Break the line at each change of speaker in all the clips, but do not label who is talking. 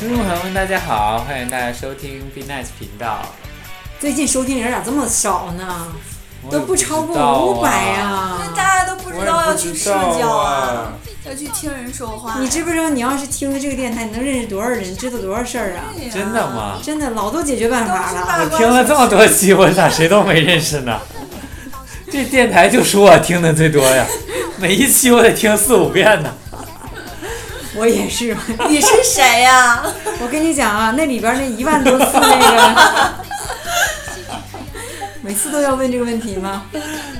众朋友们，大家好，欢迎大家收听 Be Nice 频道。
最近收听人咋这么少呢？
我也
都不超
知道啊
过五百啊
因为
呀！
大家都不
我
知
也
道要
不
去
知
社
道
交
啊，，
要去听人说话。
你知不知道，你要是听了这个电台，你能认识多少人，知道多少事儿啊？
对呀
真的？吗？
真的，老多解决办法
都是
了。
吧
我听了这么多期，我咋谁都没认识呢？这电台就属我听的最多呀，每一期我得听四五遍呢。
我也是，
你是谁呀、
我跟你讲啊，那里边那一万多次那 个，每次都要问这个问题吗？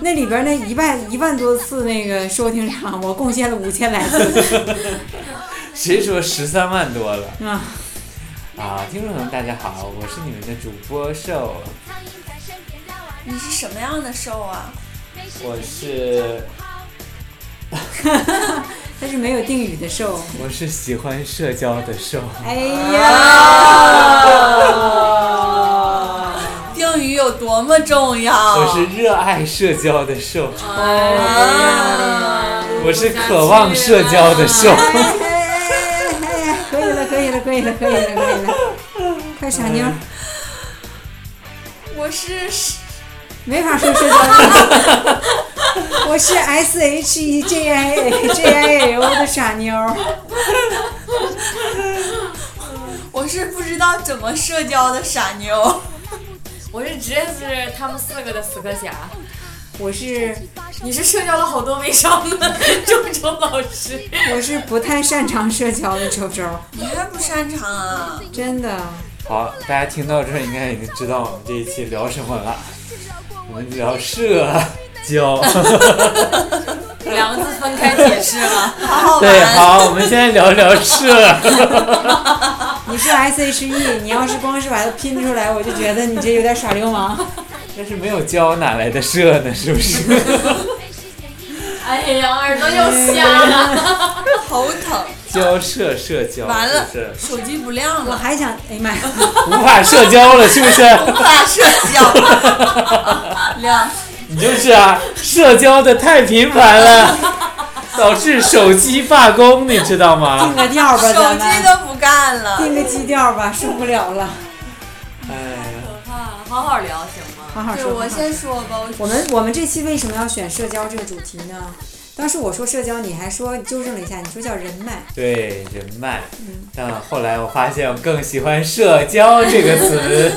那里边那一万一万多次那个收听量，我贡献了五千来次
谁说十三万多了
啊！
啊？听众朋友们，大家好，我是你们的主播瘦，
你是什么样的兽啊？
我是
但是没有定语的瘦。
我是喜欢社交的瘦，
哎呀！
定语有多么重要？
我是热爱社交的瘦，
哦啊！
我是渴望社交的瘦。
可以了，可以了，可以了，可以了，可以了。快小妞，
我是
没法说社交了。我是 S H E J I A J I L 的傻妞，
我是不知道怎么社交的傻妞。
我是只认识他们四个的死磕侠，
我是
你是社交了好多微商的周周老师，
我是不太擅长社交的周周，
你还不擅长啊？
真的。
好，大家听到这儿应该已经知道我们这一期聊什么了，我们聊社 交。
两个字分开解释了。
好好
对，
玩。
好，我们现在聊一聊社。
你是 S H E，你要是光是把它拼出来，我就觉得你这有点耍流氓。
但是没有教哪来的社呢？是不是？
哎呀，耳朵又瞎了。
头疼，
交社社交，
完了
是不是
手机不亮
我
了，
还想，哎呀妈呀！
无法社交了，是不是？
无法社交。 亮，
你就是啊，社交的太频繁了，导致手机罢工，你知道
定
吗？
个调吧，
手
咱
机
们
都不干了。
定个基调吧，受不了了。
哎，
可怕，好好聊行吗？
好好
对，
说。
我先说吧，我
我们我们这期为什么要选社交这个主题呢？当时我说社交，你还说你纠正了一下，你说叫人脉。
对人脉，但后来我发现我更喜欢社交这个词，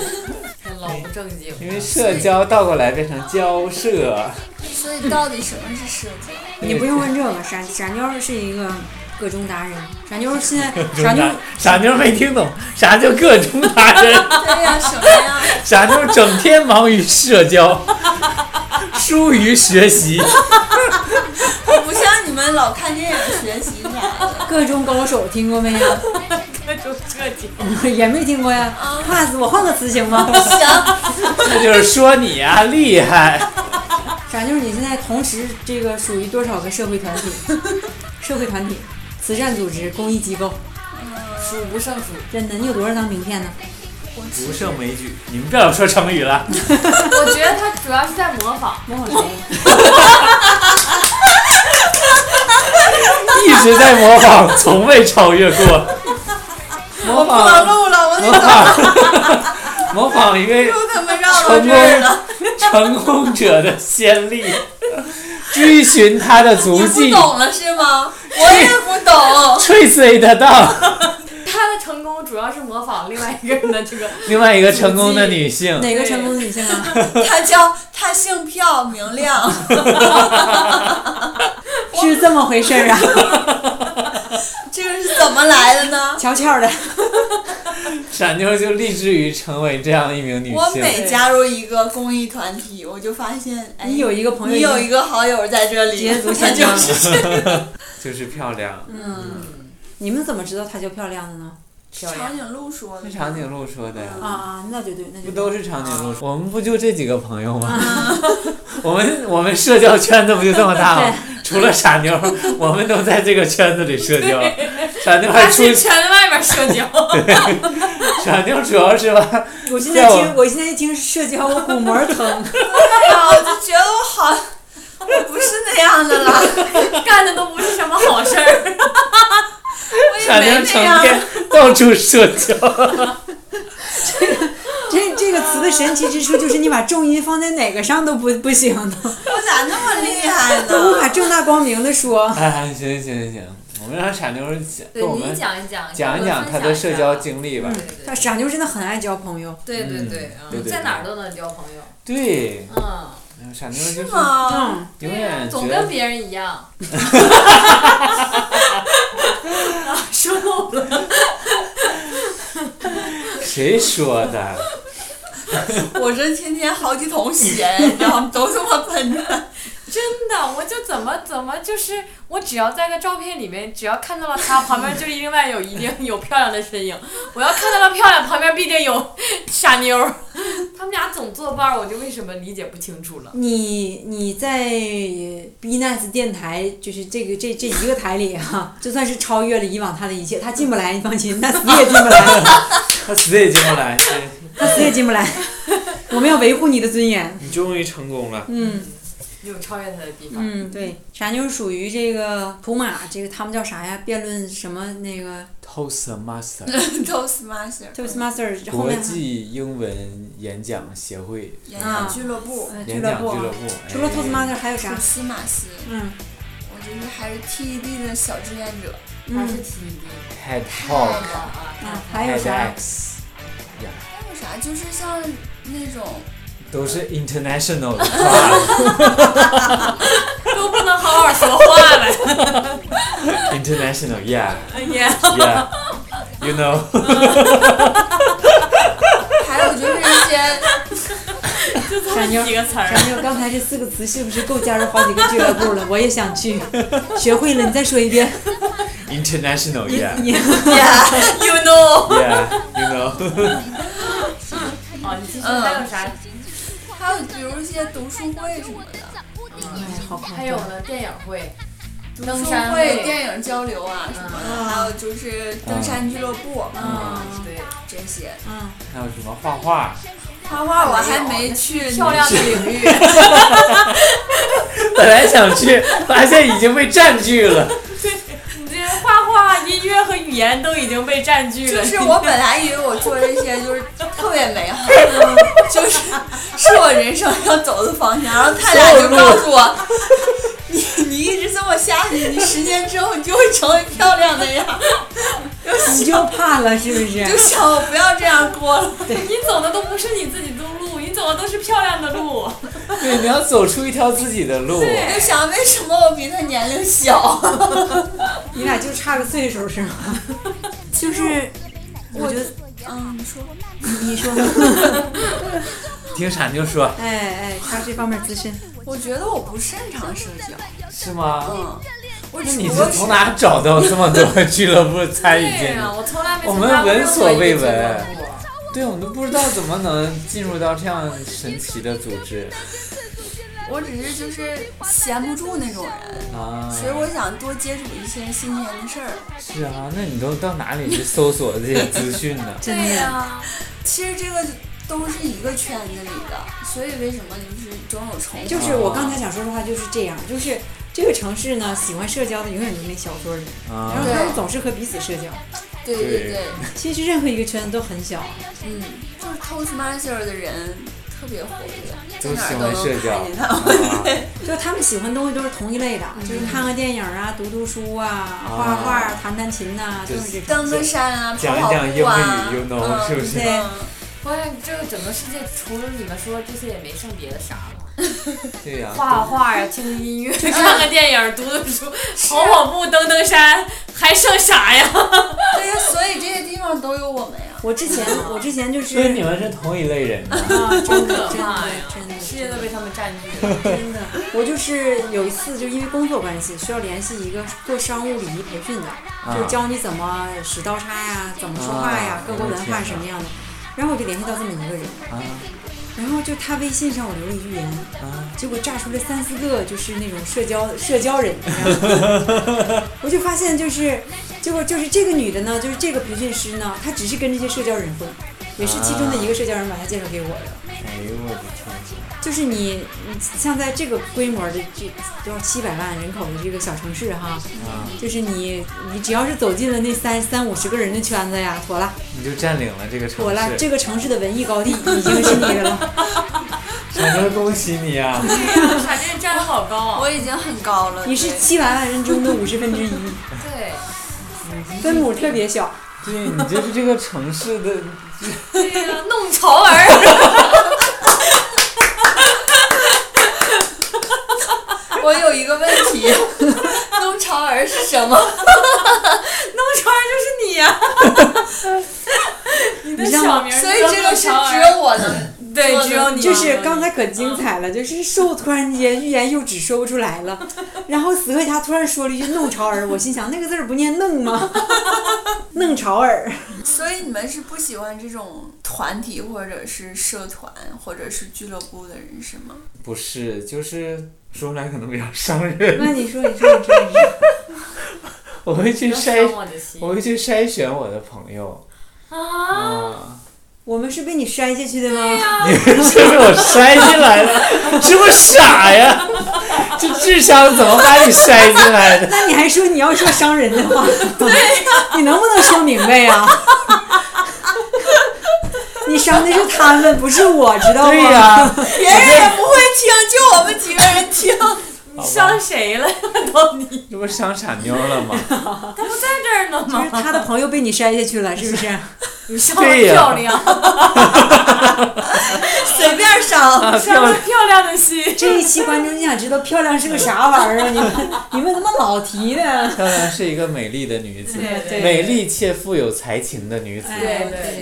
老不正经
因为社交倒过来变成交社。
所以到底什么是社交？
你不用问这个，傻傻妞是一个各中达人。傻妞现 在傻
傻
妞
妞，傻妞没听懂，啥叫各种达人？
啊
对呀、什么呀？
傻妞整天忙于社交，疏于学习。
我不像你们老看电影学习啥 的。
各中高手听过没有？
各种社交。
也没听过呀，pass，我换个词行吗？
行，
那就是说你啊厉害，
傻妞，你现在同时这个属于多少个社会团体？ 社会团体、慈善组织、公益机构，
数不胜数，
真的，你有多少张名片呢？
不胜枚举。你们不要说成语了，
我觉得他主要是在模仿，
问我谁？
一直在模仿，从未超越过。模
我
仿
录了，我
模
得
仿模仿一个
都他妈绕到
成
这儿了。
功成功者的先例，追寻他的足
你不
迹，
懂了是吗？我也不懂。
追随得到。
他的成功主要是模仿另外一个人的这个。
另外一个成功的女性，
哪个成功女性啊？
他叫他姓票明亮，
是这么回事儿啊？
这个是怎么来的呢？
悄悄的，
傻妞就立志于成为这样一名女
我
性。
每加入一个公益团体，我就发现，哎，
你有一个朋友，
你有一个好友在这里，
捷足
他
先
就
登。
是
就是漂亮，
你们怎么知道她叫漂亮的呢？
漂亮
长颈鹿说的
是。长颈鹿说的呀，
啊啊，那就对，那
不
就
都
对。
是长颈鹿说？我们不就这几个朋友吗？ 我们我们社交圈子不就这么大吗？除了傻妞，我们都在这个圈子里社交。傻妞还
他
出
是圈外面 社交，
傻妞主要是吧，
我现在
叫
听，我现在一听社交，我骨膜疼。
哎呀，我就觉得我好，我不是那样的了，
干的都不是什么好事儿。
我也
傻妞
没
成
那样。
天到处社交。
这这个词的神奇之处就是你把重音放在哪个上都不不行的，
我咋那么厉害
都无
呢？
法正大光明的说。
哎， 行行行行，我们让傻妞儿讲
对
跟我
你
们
讲一讲，
讲一
一
讲她的社交经历吧。
嗯
对
他傻妞真的很爱交朋友，
对对
嗯
对，
对对对
在哪儿都能交朋友，
对，
嗯，
傻妞儿就是
是吗？
嗯，
永
对呀
远觉
总
得
跟别人一样，
说
谁说的？
我这天天好几桶血，你知道吗？都这么 喷的。
真的，我就怎么怎么就是，我只要在个照片里面，只要看到了他，旁边就是另外有一定有漂亮的身 影，我要看到了漂亮，旁边必定有 傻妞儿，他们俩总作伴儿，我就为什么理解不清楚了？
你你在 B Nice 电台就是这个这这一个台里哈、就算是超越了以往他的一切，他进不来，你放心，他死也进不来，
他死也进不来，对
他死也进不 来。我们要维护你的尊严。
你终于成功了。
嗯
有超越他的地方，
嗯，对，傻妞属于这个图马，这个他们叫啥呀？辩论什么那个
Toastmaster
Toastmaster
Toastmaster 后
国
面还
际英文演讲协会
演讲俱乐部，
呃俱
演
乐
讲
部
俱乐
啊。
部，
除了
哎
Toastmaster 还有
普
啥？
西马斯，
嗯
我觉得还是 TED 的小志愿者。
还是
嗯，
体力
TED
啊
Talk、
啊
啊，
还有
TEDx，
啥？
呀，
还有啥？就是像那种
都是 international 的 话
都不能好好说话了，
，international yeah
哎 呀。
yeah。You know，
还有就是一些，
傻妞
几个词儿，
傻妞，刚才这四个词是不是够加入好几个俱乐部了？我也想去，学会了你再说一遍。
international
你
yeah
你
y o u know。
yeah you know，
哦，你其实还有啥？
还有比如一些读书会什么的，
哎，好好。
还有呢，电影会、
读
嗯登
书
山
会、嗯电影交流啊什么的，
嗯
还有就是登山俱乐部，啊
嗯，对，
这些。
嗯，
还有什么画画？
画画我还没去
嗯漂亮的领域，
本来想去，发现已经被占据了。
你这画画、音乐和语言都已经被占据
就
了。
是我本来以为我做这些就是特别美好，
嗯
就是是我人生要走的方向。然后他俩就告诉我，你你一直这么下去，你十年之后你就会成为漂亮的呀。
你就怕了是不？
就是想我不要这样过了。
你走的都不是你自己的路，你走的都是漂亮的路。
对，你要走出一条自己的路。
对
就想为什么我比他年龄小？
你俩就差个岁数是吗？就是，我觉得
嗯，你说
你说，
听傻妞说，
哎哎，他这方面资深，？
我觉得我不擅长社交，
是吗？
嗯，我
那
只
你
不
是
过
从哪找到这么多俱乐部参与进
对啊呀，
来？
我从来没
我
参
们
加过
闻
任
所
何
未
一个俱乐
闻
部。
对，我们都不知道怎么能进入到这样神奇的组织
我只是就是闲不住那种人，
啊！
所以我想多接触一些新鲜的事儿。
是啊，那你都到哪里去搜索这些资讯呢
真
对啊
的。
呀，
其实这个都是一个圈子里的，所以为什么就是总有重复？
就是我刚才想说的话就是这样，就是这个城市呢，喜欢社交的永远就是那小撮人，然后
啊，
他们总是和彼此社交。
对对对，
其实任何一个圈子都很小，
嗯，就是 Toastmaster 的人特别活跃，在
都
哪
喜
儿
欢
都
社
能
交
看见他们。
啊，
就是他们喜欢的东西都是同一类的，
嗯
就是看看电影啊、读读书啊、画画、啊、弹弹琴呐、
就
就 是是这种。
登个山啊，跑
讲一
跑
讲英
步啊，
语，you know，
嗯
是不是？
对，
我发现这个整个世界除了你们说这些，也没剩别的啥了。
对呀，
画画呀，听音 乐，看看电影，读读书，跑跑步，登登山，还剩啥呀？
对呀，所以这些地方都有我们呀。
我之前我之前就是
所以你们是同一类人呐。
啊，真的
可
真
怕
的
呀！
真的
世界都被他们占据 了。
真的， 我就是有一次就因为工作关系需要联系一个做商务礼仪培训的，就是教你怎么使刀叉呀，怎么说话呀
啊，
各国文化什么样的。然后我就联系到这么一个人，
啊
然后就他微信上我留了一句言，
啊！
结果炸出来三四个就是那种社交社交人，你知道吗 我就发现就是，结果就是这个女的呢，就是这个培训师呢，她只是跟这些社交人混，也是其中的一个社交人把她介绍给我的。
哎呦我的天！
就是你你像在这个规模的这多少七百万人口的这个小城市哈，
啊，
就是你你只要是走进了那三三五十个人的圈子呀，妥了
你就占领了这个城
妥了，
市。
这个城市的文艺高地已经是你的了。
傻妞，恭喜你啊！
傻妞站的好高啊！
我已经很高了。
你是
对
七百万人中的五十分之一，
对，啊
分母特别小。
对你就是这个城市的，
对呀、
啊
弄潮儿，
我有一个问题， 弄潮儿是什么？
弄潮儿就是你呀、你的
你知道
小
吗
名儿
所以
叫
这个
弄
是
潮儿
只有我能。
对，哎只有你啊
就是刚才可精彩了，就是瘦突然间欲言又止说不出来了，然后死磕侠突然说了一句“弄潮儿”，我心想那个字儿不念“弄”吗？ 弄潮儿，
所以你们是不喜欢这种团体或者是社团或者是俱乐部的人是吗？
不是，就是说出来可能比较伤人。
那你说你说你说你说，
我会去
能
筛
伤，我的心
我会去筛选我的朋友
啊！
啊。
我们是被你摔下去的
对
吗？
呀、
你们是被我筛进来 的，是不是傻呀？这智商怎么把你筛进来 的？
那你还说你要说伤人的话， 你能不能说明白呀、 你伤的是他们，不是我，知道吗？
对
啊
呀、
别人也不会听，就我们几个人听。
好
你
吧
伤谁了？到底
这不伤傻妞了 吗？
他不在这儿呢
就是
吗？
他的朋友被你摔下去了，是不是？
你伤了
对呀
漂亮，
随便上，
啊，
伤
漂
了
亮！
漂亮的 心。
这一期观众就想知道漂亮是个啥玩意儿啊？你们你们怎么老提呢？
漂亮是一个美丽的女子，
对对
美丽且富有才情的女子，
哎
对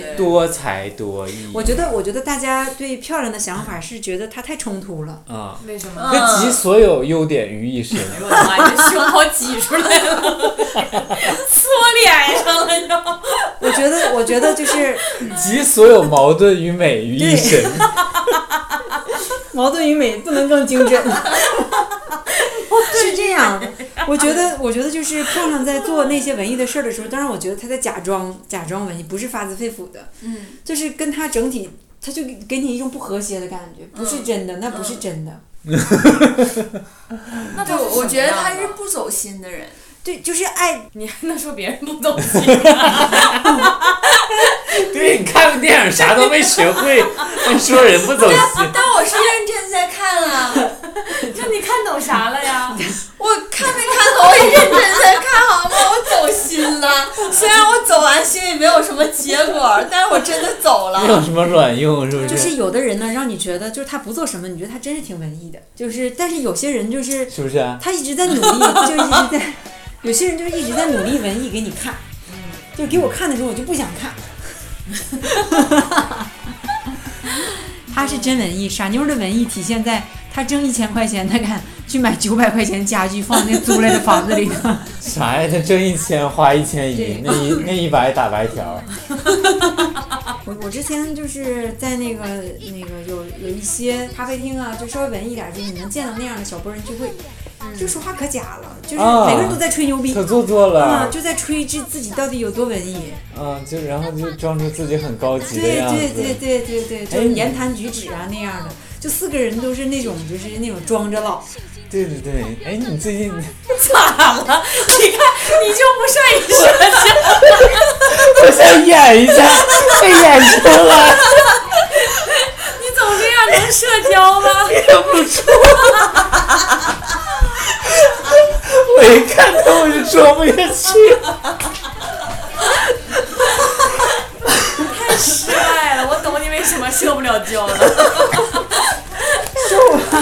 对
多才多艺。
我觉得，我觉得大家对漂亮的想法是觉得她太冲突了。
啊，
为什么？
嗯
她集所有优点于一身。
哎呦我的妈！你这胸口挤出 来了，呲我脸上了又。
我觉得，我觉得就是
集所有矛盾与美于一 身，
矛盾与美不能更精准。哦是这样，我觉得，我觉得就是漂亮在做那些文艺的事儿的时候，当然我觉得她在假装假装文艺，不是发自肺腑的，
嗯，
就是跟她整体，她就给你一种不和谐的感觉，不是真的，那不是真的。
那
对，我觉得他是不走心的人。
对，就是爱，
你还能说别人不懂心？
对你看个电影啥都没学 会，还说人不走心。
但我是认真在看啊，
那你看懂啥了 呀？
我看没看懂，我也认真在看，好吗？我走心了，虽然我走完心也没有什么结果，但是我真的走
没
了。
有什么卵用，是不
就是有的人呢，让你觉得就是他不做什么，你觉得他真是挺文艺的，就是，但是有些人就是
是不是啊？
他一直在努力，就一直在，有些人就一直在努力文艺给你看，就给我看的时候我就不想看。他是真文艺，傻妞的文艺体现在他挣一千块钱，他敢去买九百块钱家具放那租来的房子里头。
啥呀？他挣一千花一千一，那一那一百打白条。
我我之前就是在那个那个有有一些咖啡厅啊，就稍微文艺点儿，就是你能见到那样的小波人聚会，就说话可假了，就是
啊
每个人都在吹牛逼
可做作
啊，
了，
就在吹这自己到底有多文艺。
嗯，就然后就装出自己很高级的
对
样
对
子，
对对对对，就是言谈举止啊那样的，就四个人都是那种就是那种装着老，
对对对。哎，你最近
咋了？你看你就不善于社交。
我想演一下，被演出了，
你总这样能社交吗？
我一看他我就装不下去了。
太失败了，我懂你为什么社不了交了。
瘦啊，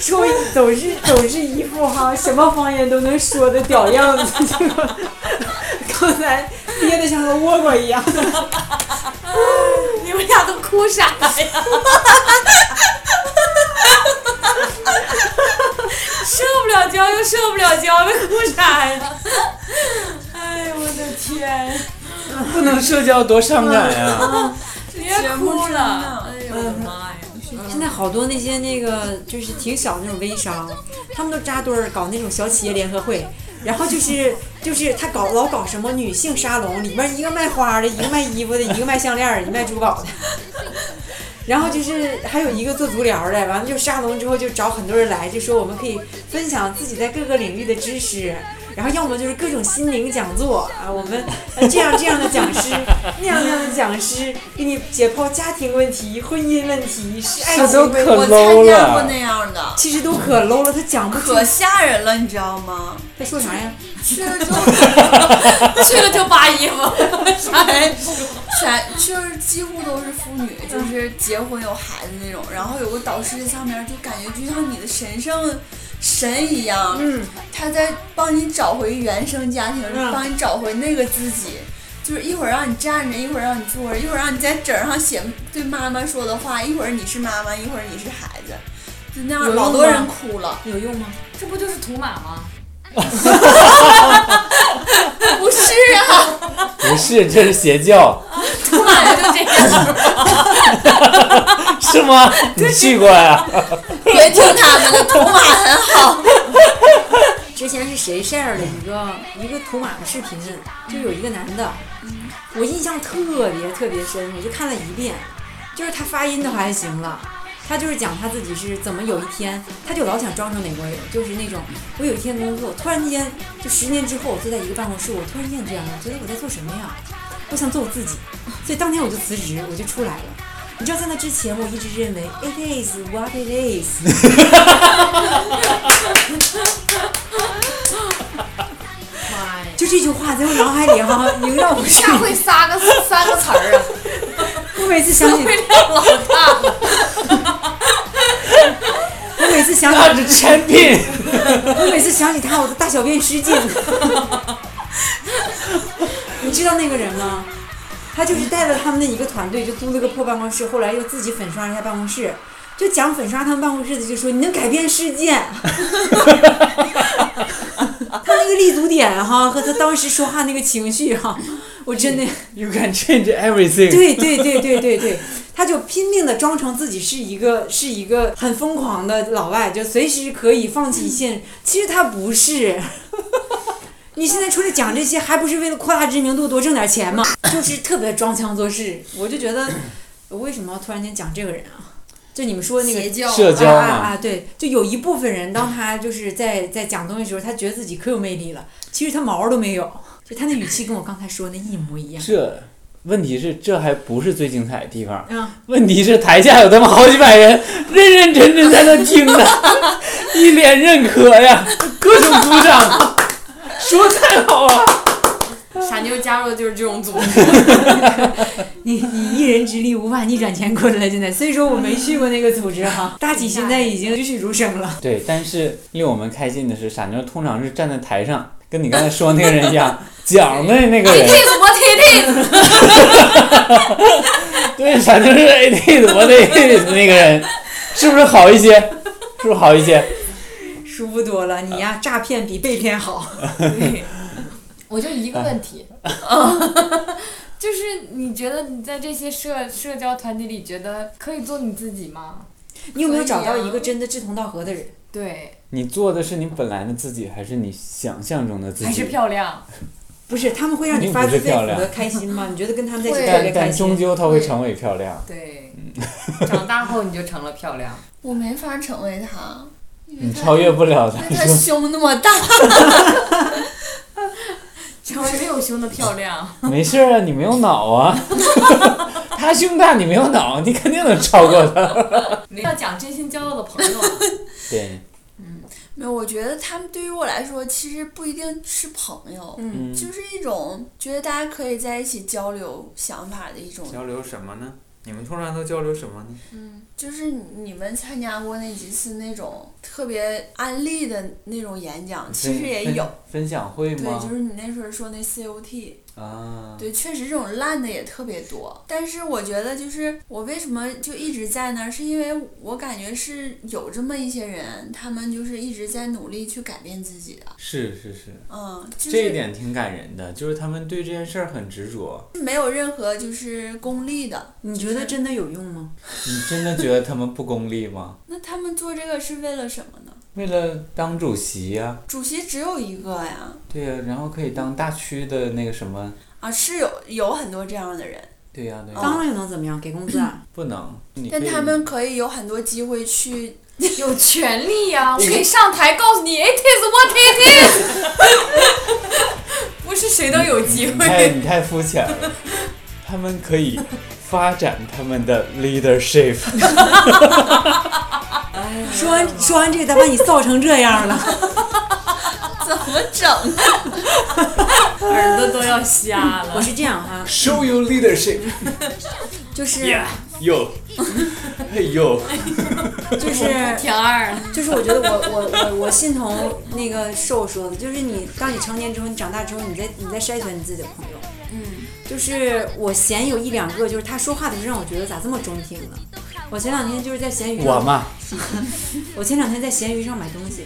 瘦总是总是一副哈什么方言都能说的屌样子，就 刚才憋得像个倭瓜一样。
你们俩都哭啥呀？社不了交就社不了交呗，哭啥呀？哎呦我的天，
不能社交多伤感呀！
别哭了！哎呦我的妈呀！
嗯现在好多那些那个就是挺小的那种微商，他们都扎堆儿搞那种小企业联合会， 然后就是就是他搞老搞什么女性沙龙，里面一个卖花的，一个卖衣服的，一个卖项链儿，一个卖珠宝的， 然后就是还有一个做足疗的，完了就沙龙之后就找很多人来，就说我们可以分享自己在各个领域的知识，然后要么就是各种心灵讲座啊，我们呃这样这样的讲师，那样那样的讲师，给你解剖家庭问题、婚姻问题、是爱
他都
情问
可
题，
我参
low
加过
了
那样的，
其实都可 low 了，他讲不出
可吓人了，你知道吗？
他说啥呀？
去了之后，
去了就扒衣服，啥人
全就是几乎都是妇女，就是结婚有孩子那种。然后有个导师在上面，就感觉就像你的神圣神一样，
嗯，
他在帮你找回原生家庭，
嗯
帮你找回那个自己。就是一会儿让你站着，一会儿让你坐着，一会儿让你在纸上写对妈妈说的话，一会儿你是妈妈，一会儿你是孩子，就那
有
样
用
老多
吗
人哭了。
有用吗？
这不就是图马吗？
不是啊，
不是，这是邪教，
图马也就这样，
是吗？你去过呀、
别听他们的，图马很好。
之前是谁 share 的一个一个图马的视频，就有一个男的，我印象特别特别深，我就看了一遍，就是他发音都还行了。他就是讲他自己是怎么有一天，他就老想装成美国人，就是那种我有一天工作，突然间就十年之后，我坐在一个办公室，我突然间这样了，我觉得我在做什么呀？我想做我自己，所以当天我就辞职，我就出来了。你知道，在那之前，我一直认为 it is what it is，
妈呀！
就这句话在我脑海里哈、萦绕不去。
下回三个 三个词 儿啊，
我每次想起
老大了，
我每次想
那
起，
是 champion，
我每次 想起他，我都大小便失 禁。你知道那个人吗？他就是带着他们的一个团队，就租了个破办公室，后来又自己粉刷了一下办公室，就讲粉刷他们办公室的，就说你能改变世界。 他那个立足点哈，和他当时说话那个情绪哈，我真的。
You can change everything。
对对对对对对，他就拼命的装成自己是一个是一个很疯狂的老外，就随时可以放弃
嗯
现，其实他不是。 你现在出来讲这些，还不是为了扩大知名度，多挣点钱吗？就是特别装腔作势，我就觉得，我为什么要突然间讲这个人啊？就你们说那个
邪教
社交
啊
嘛
啊啊！对，就有一部分人，当他就是在在讲东西的时候，他觉得自己可有魅力了，其实他毛儿都没有，就他那语气跟我刚才说那一模一样。
这问题是，这还不是最精彩的地方。
嗯，
问题是台下有他妈好几百人，认认真真在那听 呢，一脸认可呀，各种鼓 掌，说太好了。
傻妞加入的就是这种组织。
你以一人之力无法逆转乾坤了，现在。所以说我没去过那个组织哈，大体现在已经栩栩如生了。
对，但是令我们开心的是，傻妞通常是站在台上，跟你刚才说那个人一 样，讲的那个
It
人，
is what it is，
对，傻妞是 A T 的，我 得 A 的那个人，是不是好一些？是不是好一些？
舒服多了，你呀，诈骗比被骗好。
我就一个问题， 就是你觉得你在这些社社交团体里，觉得可以做你自己吗？
你有没有找到一个真的志同道合的人？
对，
你做的是你本来的自己，还是你想象中的自己？
还是漂亮？
不是，他们会让你发自肺腑的开心吗？你觉得跟他们在一起
会
特
但
别开
但终
心？
究它会成为漂亮。
对，
嗯
长大后你就成了漂亮。
我没法成为他，因
你
为他
超越不了
因
他
为他胸嗯那么大，
成为没有胸的漂 亮，
没事儿啊，你没有脑啊。 他胸大，你没有脑，你肯定能超过他。
要讲真心交到的朋 友啊，
对，
没有，我觉得他们对于我来说，其实不一定是朋友，
嗯，
就是一种觉得大家可以在一起交流想法的一种。
交流什么呢？你们通常都交流什么呢？
嗯就是你们参加过那几次那种特别安利的那种演讲，嗯其实也有。
分享会
对，就
吗？
是你那嗯时候说那 COT，
啊，
对，确实这种烂的也特别多。但是我觉得，就是我为什么就一直在那儿，是因为我感觉是有这么一些人，他们就是一直在努力去改变自己的。
是是是，
嗯，就
这一
是
点挺感人的，就是他们对这件事儿很执着。
没有任何就是功利的。
你觉得真的有用吗？
你真的觉得他们不功利 吗？
那他们做这个是为了什么呢？
为了当主席呀、
主席只有一个呀，
对呀、然后可以当大区的那个什么，
啊，是有有很多这样的人，
对呀、对呀、
当了又能怎么样？给工资啊？
不能。你
但
可以
他们可以有很多机会去
有权利呀、我可以上台告诉你，it is what it is，不是谁都有机
你太
会。
你太肤浅了，他们可以发展他们的 leadership。
说完说完这，咱把你臊成这样了，
怎么整啊？
耳朵都要瞎
我
了。
是这样哈、
Show you leadership,
就是
yo, hey yo。
就是
挺二了，
就是我觉得我我我我心疼那个瘦说的，就是你当你成年之后，你长大之后，你在你在筛选你自己的朋友。嗯，就是我闲有一两个，就是他说话的时候让我觉得咋这么中听呢？我前两天就是在闲鱼
我
上，
嘛，
我前两天在闲鱼上买东西，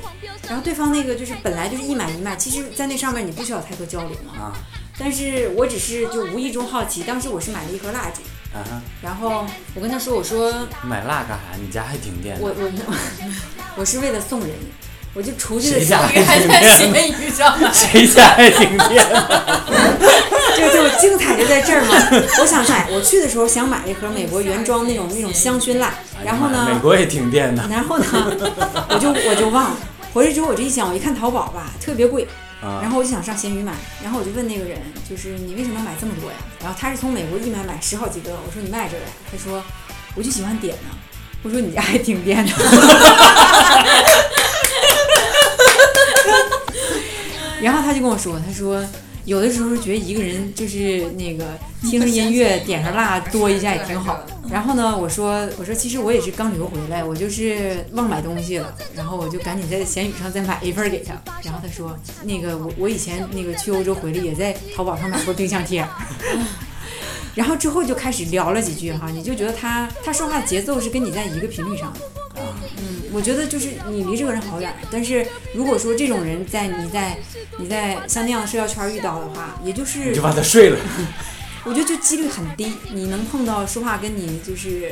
然后对方那个就是本来就是一买一卖，其实在那上面你不需要太多交流嘛。
啊
但是我只是就无意中好奇，当时我是买了一盒蜡烛，
啊哈，
然后我跟他说，我说
买蜡干啥？你家还停电呢？
我我我是为了送人，我就出去的
谁
时候
家还
还
停
在
电呢？
闲鱼上 买。
谁家还停电呢？
这就精彩就在这儿嘛！我想买，我去的时候想买一盒美国原装那种那种香薰蜡， 然后
哎美
呢，
国也停电呢。
然后呢，我就我就忘了。回来之后我这一想，我一看淘宝吧，特别贵，然
啊，
后我就想上闲鱼买，然后我就问那个人，就是你为什么买这么多呀？然后他是从美国一买买十好几个，我说你卖这个呀？他说我就喜欢点呢。我说你家还停电呢。 然后他就跟我说，他说有的时候觉得一个人就是那个听着音乐点上蜡多一下也挺好的。然后呢，我说我说其实我也是刚留回来，我就是忘买东西了，然后我就赶紧在闲鱼上再买一份给他。然后他说那个我我以前那个去欧洲回来也在淘宝上买过冰箱贴。然后之后就开始聊了几句哈，你就觉得他他说话节奏是跟你在一个频率上的。
啊
嗯，我觉得就是你离这个人好远，但是如果说这种人在你在你在像那样的社交圈遇到的话，也就
你
是
就把它睡了。
我觉得就几率很低，你能碰到说话跟你就是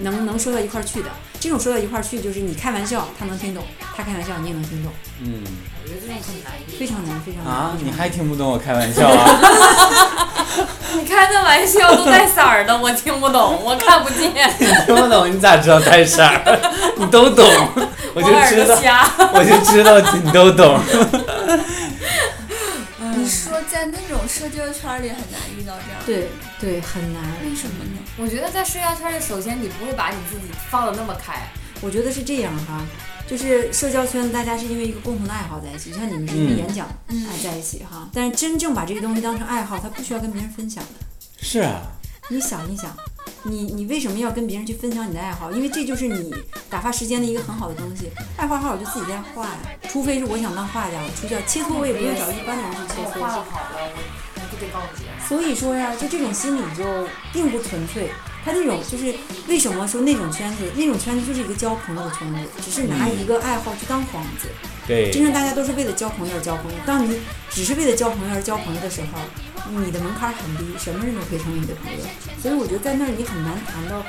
能能说到一块儿去的，这种说到一块儿去，就是你开玩笑他能听懂，他开玩笑你也能听懂，
嗯
我觉得这种很难
非常难，非常难。
啊
非，常
你
难
还听不懂我开玩笑啊？
你开的玩笑都带色儿的，我听不懂，我看不见，
你听不懂，你咋知道带色儿？ 你都 懂，我
我
就
耳
知
朵
道，
瞎。
我就知道你都懂。
你说在那种社交圈里很难遇到这样，
对对很难，
为什么呢？
我觉得在社交圈里，首先你不会把你自己放的那么开，
我觉得是这样哈，就是社交圈子大家是因为一个共同的爱好在一起，就像你们是因为
嗯
演讲
嗯
爱在一起哈，但是真正把这个东西当成爱好，他不需要跟别人分享的。
是啊，
你想一想，你你为什么要跟别人去分享你的爱好？因为这就是你打发时间的一个很好的东西。爱画画我就自己在画呀，除非是我想当画家，我出去切磋我也不用找一般的人去切
我画
磋
的。好了，我我就得告诉别人。
所以说呀，就这种心理就并不纯粹。他那种就是为什么说那种圈子，那种圈子就是一个交朋友的圈子，只是拿一个爱好去当幌子。
对，
真正大家都是为了交朋友而交朋友。当你只是为了交朋友而交朋友的时候，你的门槛很低，什么人都可以成为你的朋友。所以我觉得在那儿你很难谈到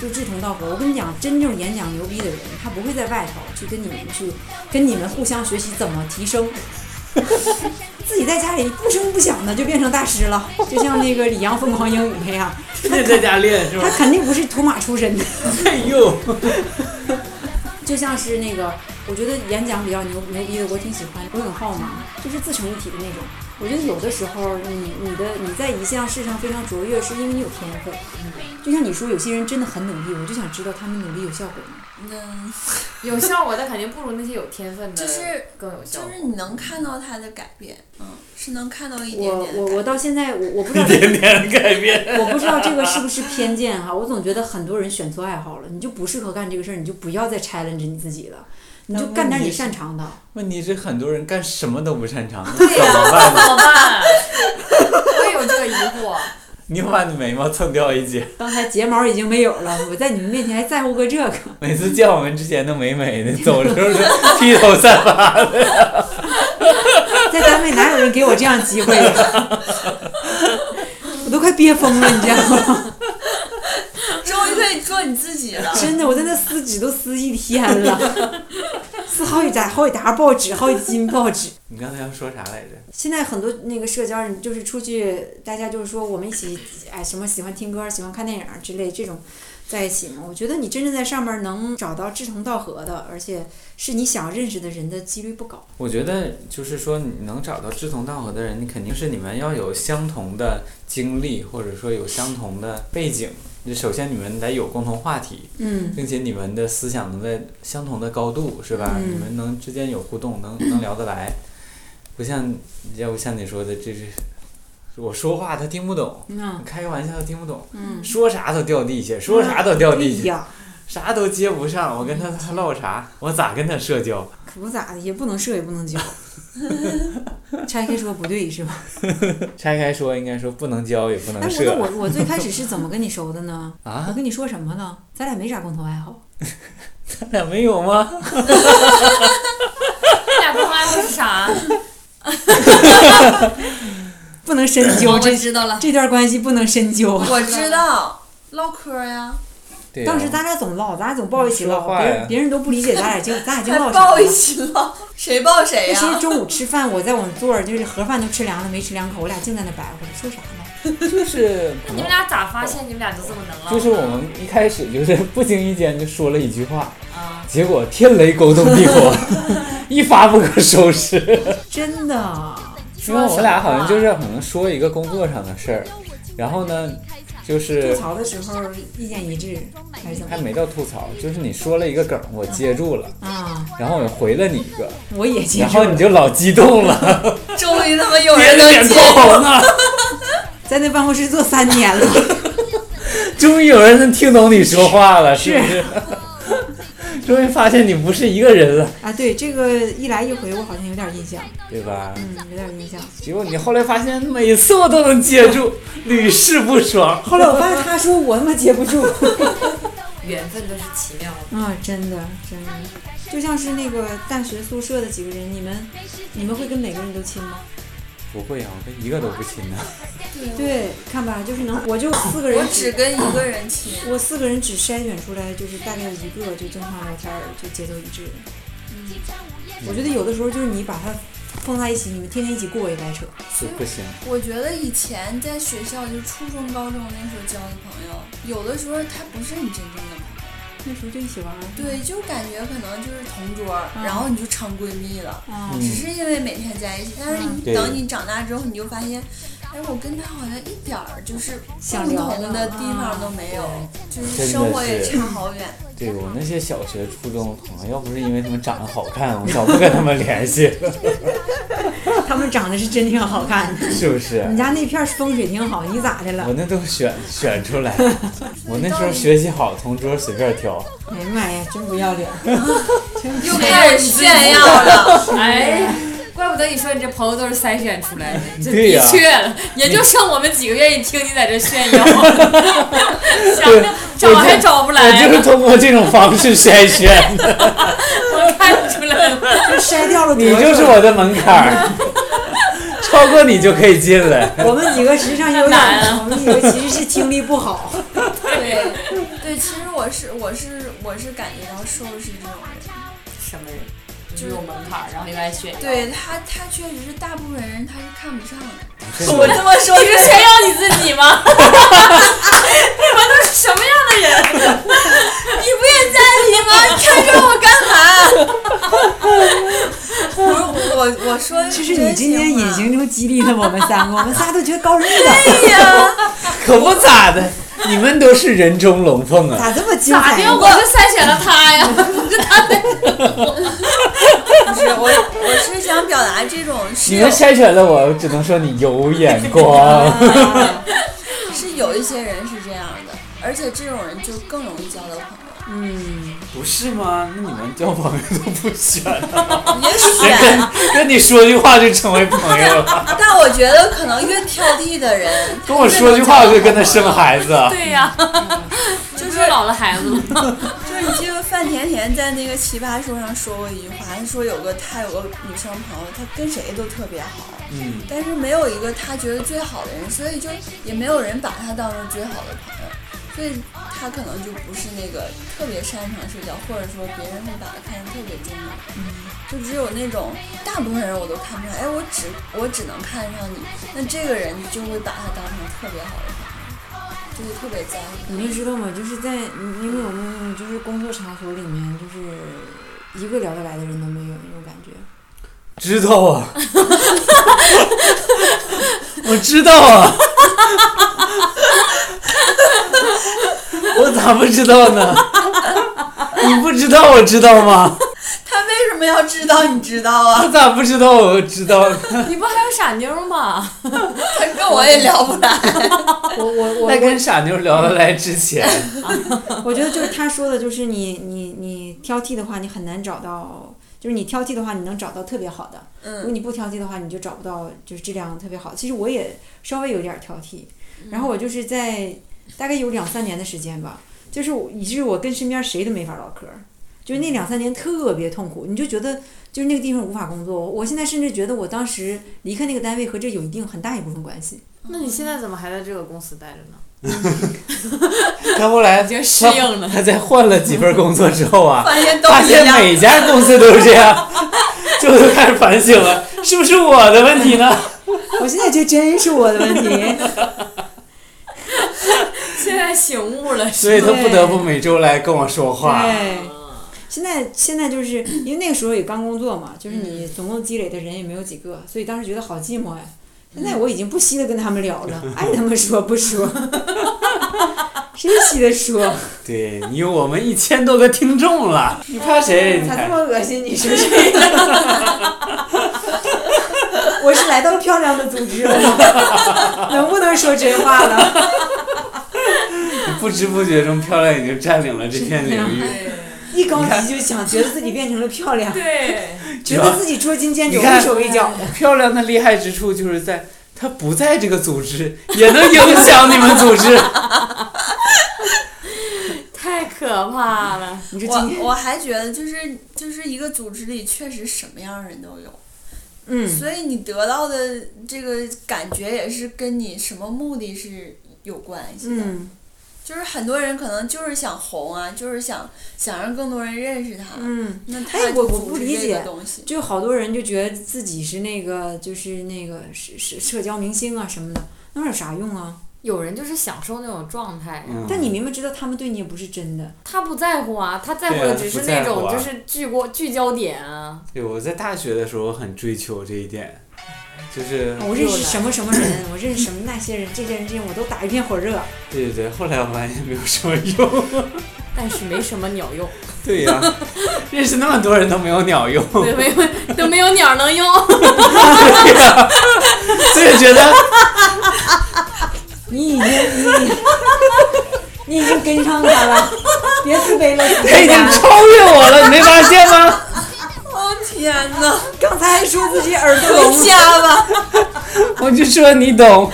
就志同道合。我跟你讲，真正演讲牛逼的人，他不会在外头去跟你们去跟你们互相学习怎么提升。自己在家里不声不响的就变成大师了，就像那个李阳疯狂英语那样，
天天在家练是
他？肯定不是土马出身的。
哎 呦，
就像是那个，我觉得演讲比较牛牛逼的，我挺喜欢罗永浩嘛，就是自成一体的那种。我觉得有的时候你你的你在一项事上非常卓越，是因为你有天分。就像你说，有些人真的很努力，我就想知道他们努力有效果吗？
嗯，
有效果的肯定不如那些有天分
就
的，
是
更有效
就
果。
是你能看到他的改变，嗯，是能看到一点
我
点的
我
改
我
变。
到现在我我不知 道这
天天改变。
我不知道这个是不是偏见哈，我总觉得很多人选错爱好了，你就不适合干这个事儿，你就不要再 challenge 你自己了，你就干点你擅长的。
问题是很多人干什么都不擅长，怎
对呀、
么办呢？
怎么办？ 我也有这个疑惑。
你把你眉毛蹭掉一 截，
刚才睫毛已经没有了，我在你们面前还在乎个这个。
每次见我们之前都美美的，走的时候就披头散发。
在单位哪有人给我这样机会呀、我都快憋疯了，你知道吗？ 。
终于可以做你自己了
真的，我在那撕纸都撕一天了，撕好几沓好几沓报纸，好几斤报纸。
你刚才要说啥来着？
现在很多那个社交，你就是出去，大家就是说我们一起，哎，什么喜欢听歌、喜欢看电影之类这种，在一起嘛。我觉得你真正在上面能找到志同道合的，而且是你想认识的人的几率不高。
我觉得就是说，你能找到志同道合的人，你肯定是你们要有相同的经历，或者说有相同的背景。就首先你们得有共同话题，
嗯
并且你们的思想能在相同的高度，是吧？
嗯
你们能之间有互动，能能聊得来，不像要不像你说的，这是我说话他听不懂，
嗯
开个玩笑他听不懂，
嗯，
说啥都掉地下，说啥都掉
对
地下，
哎呀，
啥都接不上。我跟他他唠啥，我咋跟他社交？
可不咋的，也不能射，也不能交。拆开说不对是吧？
拆开说，应该说不能交也不
哎，
能
我那
社
我我最开始是怎么跟你熟的呢？我
啊？
跟你说什么呢？咱俩没啥共同爱好。
咱俩没有吗？
你俩不爱好是啥？
不能深 究
我
这
知道了，
这段关系不能深究。啊
我知道，唠嗑呀，
对呀、
当时咱俩总唠，咱俩总抱一起唠，
说话
别
呀
人别人都不理解咱俩就咱俩就
还
唠啥
抱一
了。
起唠，谁抱谁
那时候
呀？
中午吃饭，我在我们座儿，就是盒饭都吃凉了，没吃两口，我俩净在那白活着，说啥呢？
就是
那你们俩咋发现你们俩都这么能唠？
就是我们一开始就是 不经意间就说了一句话，
啊，
结果天雷勾动地火， 一发不可收拾。
真的，
因为我们俩好像就是可能说一个工作上的事儿，然后呢，就
吐
是
槽的时候意见一致还是怎么
还？没到吐槽，就是你说了一个梗，我接住了，
啊，
然后我回了你一个，
我也接
然
受
后你
了，
就老激动了，
终于他妈有
憋
人
得脸
能
通
接，
红了，
在那办公室坐三年了，
终于有人能听懂你说话了，是不是？ 终于发现你不是一个人了，
啊，对这个一来一回，我好像有点印象，
对吧？
嗯，有点印象。
结果你后来发现每次我都能接 住，屡试不爽。
后来我发现他说我他妈接不 住，
缘分都是奇妙的。
啊，真的真的，就像是那个大学宿舍的几个人，你们你们会跟每个人都亲吗？
不会啊，我跟一个都不亲呢。
对，看吧，就是能，我就四个人
啊我只跟一个人亲，
我四个人只筛选出来，就是大概有一个就正常聊天儿，就节奏一致的。嗯，我觉得有的时候就是你把它放在一起，你们天天一起过也白扯。
是不行，
我觉得以前在学校，就初中、高中那时候交的朋友，有的时候他不是你真正的朋友，
那时候就一起玩儿。
对，就感觉可能就是同桌，
嗯
然后你就成闺蜜了，
啊，
嗯
只是因为每天在一起。但是你
对
等你长大之后，你就发现，哎，我跟他好像一点儿就是
想
共
聊
同
的嗯
地方都没有，就是
真的
生活也
是
差好 远。
对我那些小学、初中的朋友，要不是因为他们长得好看，我早不跟他们联系 了，
他们长得是真挺好看的。
是不是
我？们家那片儿风水挺好，你咋的了
我？那都选选出来，我那时候学习好，同桌随便 挑。
哎呀妈呀，真不要脸！
又开始炫耀了，
哎，怪不得你说你这朋友都是筛选 出来的，这
对呀
的确了，也就剩我们几个愿意听你在这 炫耀，
对
想找还找不
我就
来
是，通过这种方式筛选的，
我 看出来了，
这筛掉了多
你
少？
就是我的门槛儿， 超过你就可以进来。
我们几个实际上有
太难
点，
了
我们几个其实是听力不好。
对，
对，其实我是我是我是感觉到瘦是这种人。
什么人？就是有门槛儿，然后又爱炫耀。
嗯
对他，他确实是大部分人他是看不上的。
我
这么说
你是炫耀你自己吗？你们都是什么样的人？
你不也在理吗？你看着我干嘛？ 不是我，我说
其实你今天隐形中激励了我们 三个，我们仨都觉得高人一等。
可不咋的，你们都是人中龙凤啊！
咋这么精
咋
彩
的？
呢？
我是筛选了他呀。
不是我，我是想表达这种是
你
有
们筛选了我，我只能说你有眼光。
是有一些人是这样的，而且这种人就更容易交到朋友。
嗯，
不是吗？那你们交朋友都不选、啊
也 选，
跟你说句话就成为朋友了，
但我觉得可能越挑剔的人，
跟我说句话我就跟他生孩子。 啊
对呀、 就是老了孩 子了。
就是你记得范甜甜在那个奇葩说上说过一句话，她说有个她有个女生朋友，她跟谁都特别好，
嗯，
但是没有一个她觉得最好的人，所以就也没有人把她当成最好的朋友。所以他可能就不是那个特别擅长社交，或者说别人会把他看得特别重要。就只有那种大部分人我都看不上，哎，我只我只能看上你，那这个人就会把他当成特别好的朋友，就会特别在乎。
你就知道吗？就是在你你们有没有那种就是工作场所里面，就是一个聊得来的人都没有那种感觉？
知道啊， 我知道啊， 我咋不知道呢？你不知道我知道吗？
他为什么要知道你知道啊？
我咋不知道我知道呢？
你不还有傻妞吗？
他跟我也聊不来。
我我我
在
我
跟傻妞聊得来之前，
我觉得就是他说的，就是你你你挑剔的话，你很难找到，就是你挑剔的话，你能找到特别好的；如果
嗯
你不挑剔的话，你就找不到就是质量特别好的。其实我也稍微有点儿挑剔，然后我就是在大概有两三年的时间吧，就是我以至于我跟身边谁都没法唠嗑儿，就是那两三年特别痛苦，你就觉得就是那个地方无法工作。我现在甚至觉得我当时离开那个单位和这有一定很大一部分关系。
那你现在怎么还在这个公司待着呢？
他后来
已经适应了。
他在换了几份工作之后啊，
发现都
发
一
现
样，
每家公司都是这样， 就都开始反省了，是不是我的问题呢？
我现在觉得真是我的问题。
现在醒悟了，
所以他不得不每周来跟我说话。
对，现在现在就是因为那个时候也刚工作嘛，就是你总共积累的人也没有几个，所以当时觉得好寂寞呀。现在我已经不稀得跟他们聊了，爱他们说不说， 谁稀得说？
对你有我们一千多个听众 了，你怕哎谁？你
咋这
还
么恶心你是不是？ 我是来到漂亮的组织了吗， 能不能说真话了？
不知不觉中，漂亮已经占领了这片领 域。
一高级就想觉得自己变成了漂亮，
对，
觉得自己捉襟见肘，
你看哎
畏手畏脚的。
漂亮的厉害之处就是在她不在这个组织，也能影响你们组 织。
太可怕了。
你说今天，
我我还觉得就是就是一个组织里确实什么样的人都有，
嗯，
所以你得到的这个感觉也是跟你什么目的是有关系的。
嗯
就是很多人可能就是想红啊，就是想想让更多人认识他。
嗯，
那他
哎我我
组
不
织
理
这
解
个东西，
就好多人就觉得自己是那个就是那个是是社交明星啊什么的，那玩意儿有啥用啊？
有人就是享受那种状态，
嗯
但你明明知道他们对你也不是真的，
他不在乎啊，他在乎
对啊
的只是
不
那
在乎
种
啊
就是聚过聚焦点啊。
对，我在大学的时候很追求这一点，就是
我认识什么什么人，我认识什么那些人，这些人这些人我都打一片火热。
对对对，后来我发现没有什么 用。
但是没什么鸟 用，
对呀、认识那么多人都没有鸟用，
啊
对，没有都没有鸟能用。
所以觉 得
你已经你已你已经跟上他了，别自卑了，小
他已经
白牙
哎超越我了，你没发现吗？
哦天哪，
刚才还说自己耳朵聋，
回家吧！
我就说你 懂，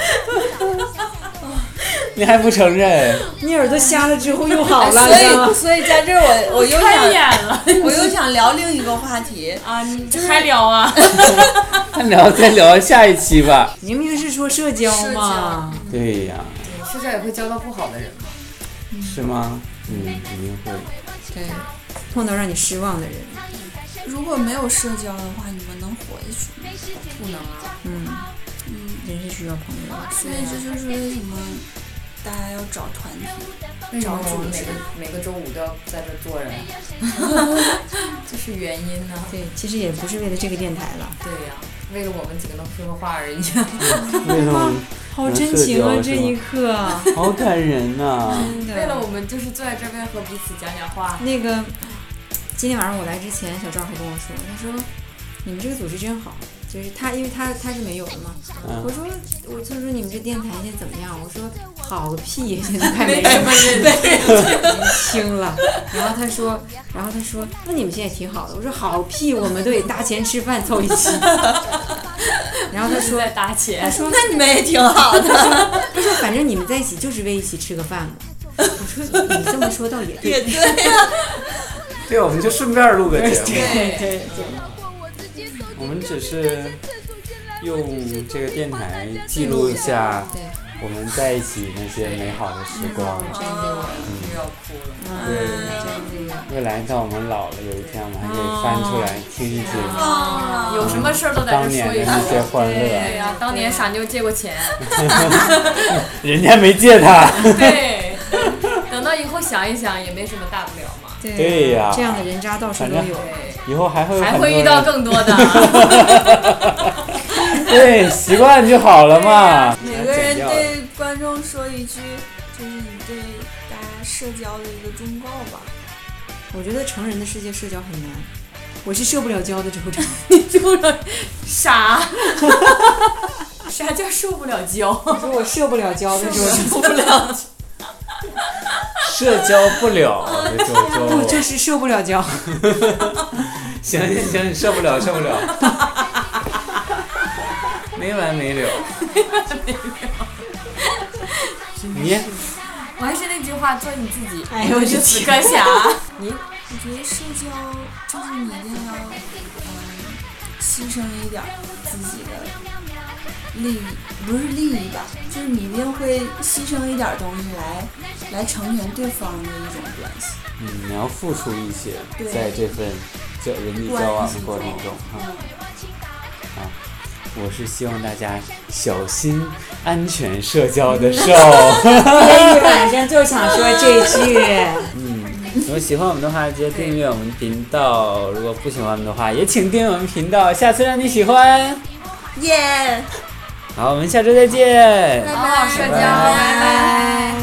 你还不承认？
你耳朵瞎了之后又好了，
所
你知道
以
吗？
所以在这儿我我又
开
想
眼了
我又想聊另一个话题，
啊！你还聊啊？
那聊再聊下一期吧。
明明是说社交嘛，
对呀、
社交也会交到不好的人吗？
是吗？嗯，肯定会。
对，碰到让你失望的人，
如果没有社交的话，你们能活下去吗？
不能啊！
嗯，人是需要朋友的。
所以这就是为什么大家要找团体，
为什么我们每个每个周五都要在这做人？这是原因呢、
对，其实也不是为了这个电台了，
对呀、为了我们几个能说说话而 已。
为什 么？
好真情啊！
能
这
社交是吗
一刻啊，
好感人呐、
真
为了
的。
我们就是坐在这边和彼此讲讲话。
那个，今天晚上我来之前，小赵还跟我说，他说你们这个组织真好，就是他，因为他他是没有的嘛。我
嗯，
说，我就说你们这电台现在怎么样？我说好个屁，现在快没什么
对
听了。然后他说，然后他说，那你们现在挺好的。我说好屁，我们都得搭钱吃饭凑一起。 然后他说，
在搭
他
钱，
说
那你们也挺好的，
他说：“反正你们在一起就是为一起吃个饭嘛。”我说：“你这么说倒也对。
也对呀、
对，我们就顺便录个节目，
对
对对
我们只是用这个电台记录一下
对，
我们在一起那些美好的时光。
嗯
真的要哭了。
嗯，真的。
未来当我们老了，有一天我们还可以翻出来听一听
啊
有嗯什么事儿都在这
当
说
年
一
的
说
那。些欢
对
乐。啊
呀、当年傻妞借过钱，
人家没借他。
对，等到以后想一想也没什么大不了嘛。
对
对呀
这样的人渣到处
反
都
正
有。哎
以
对，
后还会有
还
很多
会遇到
人
更多 的。
对习惯就好了 嘛。
每个人对观众说一句，就是你对大家社交的一个忠告吧。
我觉得成人的世界社交很难，我是社不了交的这种人。
就是 啥？啥叫受不了 交？
我 说我社不了交的这 种人，
受不了。
社交不了，这就
哦
不
就
就是社不了交？
行行行，受不了受不 了，没完没了。
你
我还是那句话，做你自己。
哎呦我去
是死磕侠。你
我觉得社交就是你一定要，嗯，牺牲一点儿自己的利益，不是利益吧，就是你一定会牺牲一点儿东西来来成全对方的一种关系。
嗯，你要付出一些
对，
在这份交人际交往的过程中哈。
嗯
啊，我是希望大家小心安全社交的时候。
今天晚上就想说这句，
嗯，如果喜欢我们的话，记得订阅我们频道；如果不喜欢我们的话，也请订阅我们频道。下次让你喜欢。
耶，
好，我们下周再见。
拜
好好社
拜
交，
拜
拜拜。
拜。